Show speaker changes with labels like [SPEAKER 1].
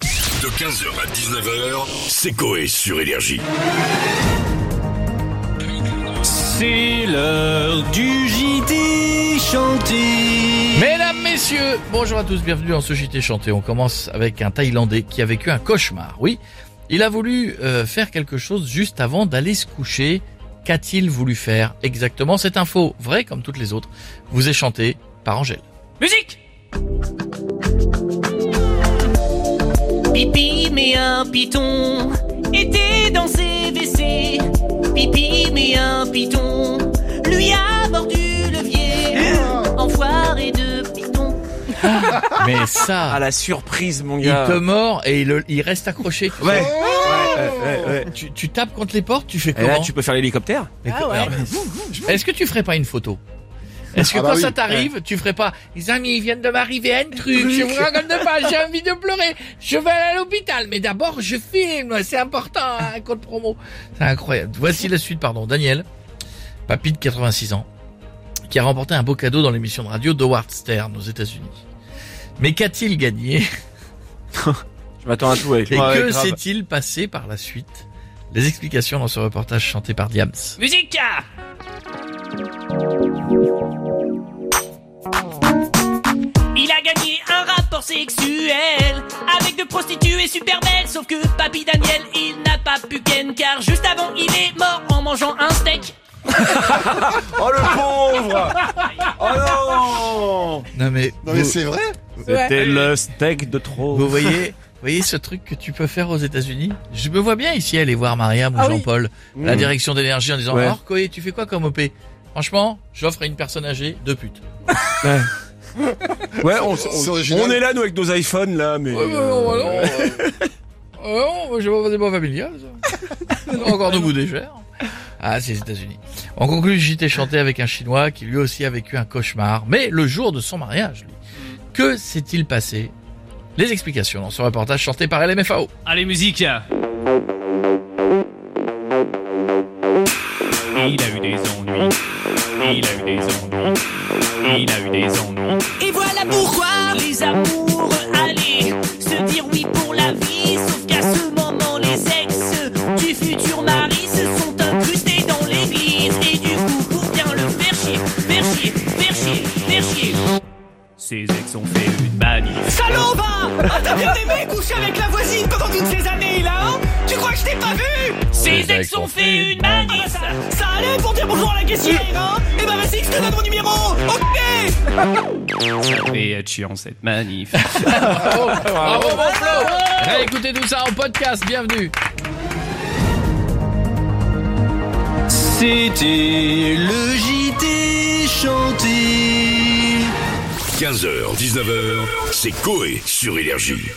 [SPEAKER 1] De 15h à 19h, c'est Coé sur Énergie.
[SPEAKER 2] C'est l'heure du JT chanté.
[SPEAKER 3] Mesdames, messieurs, bonjour à tous, bienvenue en ce JT chanté. On commence avec un Thaïlandais qui a vécu un cauchemar. Oui, il a voulu euh, faire quelque chose juste avant d'aller se coucher. Qu'a-t-il voulu faire exactement Cette info, vraie comme toutes les autres, vous est chantée par Angèle.
[SPEAKER 4] Musique Pipi mais un piton était dans ses WC Pipi mais un piton lui a mordu le pied Enfoiré de piton
[SPEAKER 3] Mais ça,
[SPEAKER 5] Ah la surprise mon
[SPEAKER 3] il
[SPEAKER 5] gars.
[SPEAKER 3] te mord et il, il reste accroché. tu
[SPEAKER 5] Ouais.
[SPEAKER 3] sais.
[SPEAKER 5] ouais, ouais, ouais.
[SPEAKER 3] Tu, tu tapes contre les portes, tu fais
[SPEAKER 5] Et
[SPEAKER 3] comment
[SPEAKER 5] là tu peux faire l'hélicoptère
[SPEAKER 3] Alors, Est-ce que tu ferais pas une photo est-ce que quand ça t'arrive, tu ferais pas Les amis, ils viennent de m'arriver un truc, je vous raconte pas, j'ai envie de pleurer, je vais aller à l'hôpital, mais d'abord je filme, c'est important, hein, un code promo. C'est incroyable. Voici la suite, pardon. Daniel, papy de 86 ans, qui a remporté un beau cadeau dans l'émission de radio d'Howard Stern aux États-Unis. Mais qu'a-t-il gagné
[SPEAKER 5] Je m'attends à tout avec
[SPEAKER 3] Et
[SPEAKER 5] Ouais,
[SPEAKER 3] que
[SPEAKER 5] grave.
[SPEAKER 3] s'est-il passé par la suite Les explications dans ce reportage chanté par Diams.
[SPEAKER 4] Musique Il a gagné un rapport sexuel avec deux prostituées super belles. Sauf que Papy Daniel, il n'a pas pu ken car juste avant, il est mort en mangeant un steak.
[SPEAKER 5] Oh le pauvre Oh non
[SPEAKER 3] Non mais,
[SPEAKER 6] Non mais
[SPEAKER 3] vous-
[SPEAKER 6] c'est vrai
[SPEAKER 5] C'était le steak de trop.
[SPEAKER 3] Vous voyez, vous voyez ce truc que tu peux faire aux États-Unis Je me vois bien ici aller voir Mariam ou Jean-Paul, à la direction d'énergie, en disant
[SPEAKER 5] Ah Mmh. Ouais.
[SPEAKER 3] Alors, Koé, tu fais quoi comme OP Franchement, j'offre à une personne âgée deux putes.
[SPEAKER 5] Ouais, on,
[SPEAKER 6] C'est
[SPEAKER 5] on-
[SPEAKER 6] original.
[SPEAKER 5] on est là nous avec nos iPhones là Oh, mais euh,
[SPEAKER 3] Ah je vais pas pas familial. Encore de goût des Ah, c'est les États-Unis. En conclut, j'étais chanté avec un Chinois qui lui aussi a vécu un cauchemar, mais le jour de son mariage, lui. Que s'est-il passé Les explications dans ce reportage chanté par LMFAO.
[SPEAKER 7] Allez, musique Il a eu des ennuis. Il a eu des ennuis. Il a eu des ennuis.
[SPEAKER 4] Et voilà pourquoi les amours allaient se dire oui pour la vie. Sauf qu'à ce moment, les ex du futur mari se sont incrustés dans l'église. Et du coup, pour bien le faire chier, faire chier, faire chier, faire chier.
[SPEAKER 7] Ses ex ont fait une manif.
[SPEAKER 4] Salaud, va Ah, T'as bien aimé coucher avec la voisine pendant toutes ces années, là, hein Tu crois que je t'ai pas vu Ces ex ont fait une manif ça, ça allait pour dire bonjour à la caissière, hein Eh ben, vas-y, que je te donne mon numéro Ok
[SPEAKER 7] Et être chiant cette manif.
[SPEAKER 3] Bravo, mon Flo Réécoutez tout ça en podcast, bienvenue
[SPEAKER 2] C'était le JT chanté.
[SPEAKER 1] 15h, 19h, c'est Coé sur Énergie.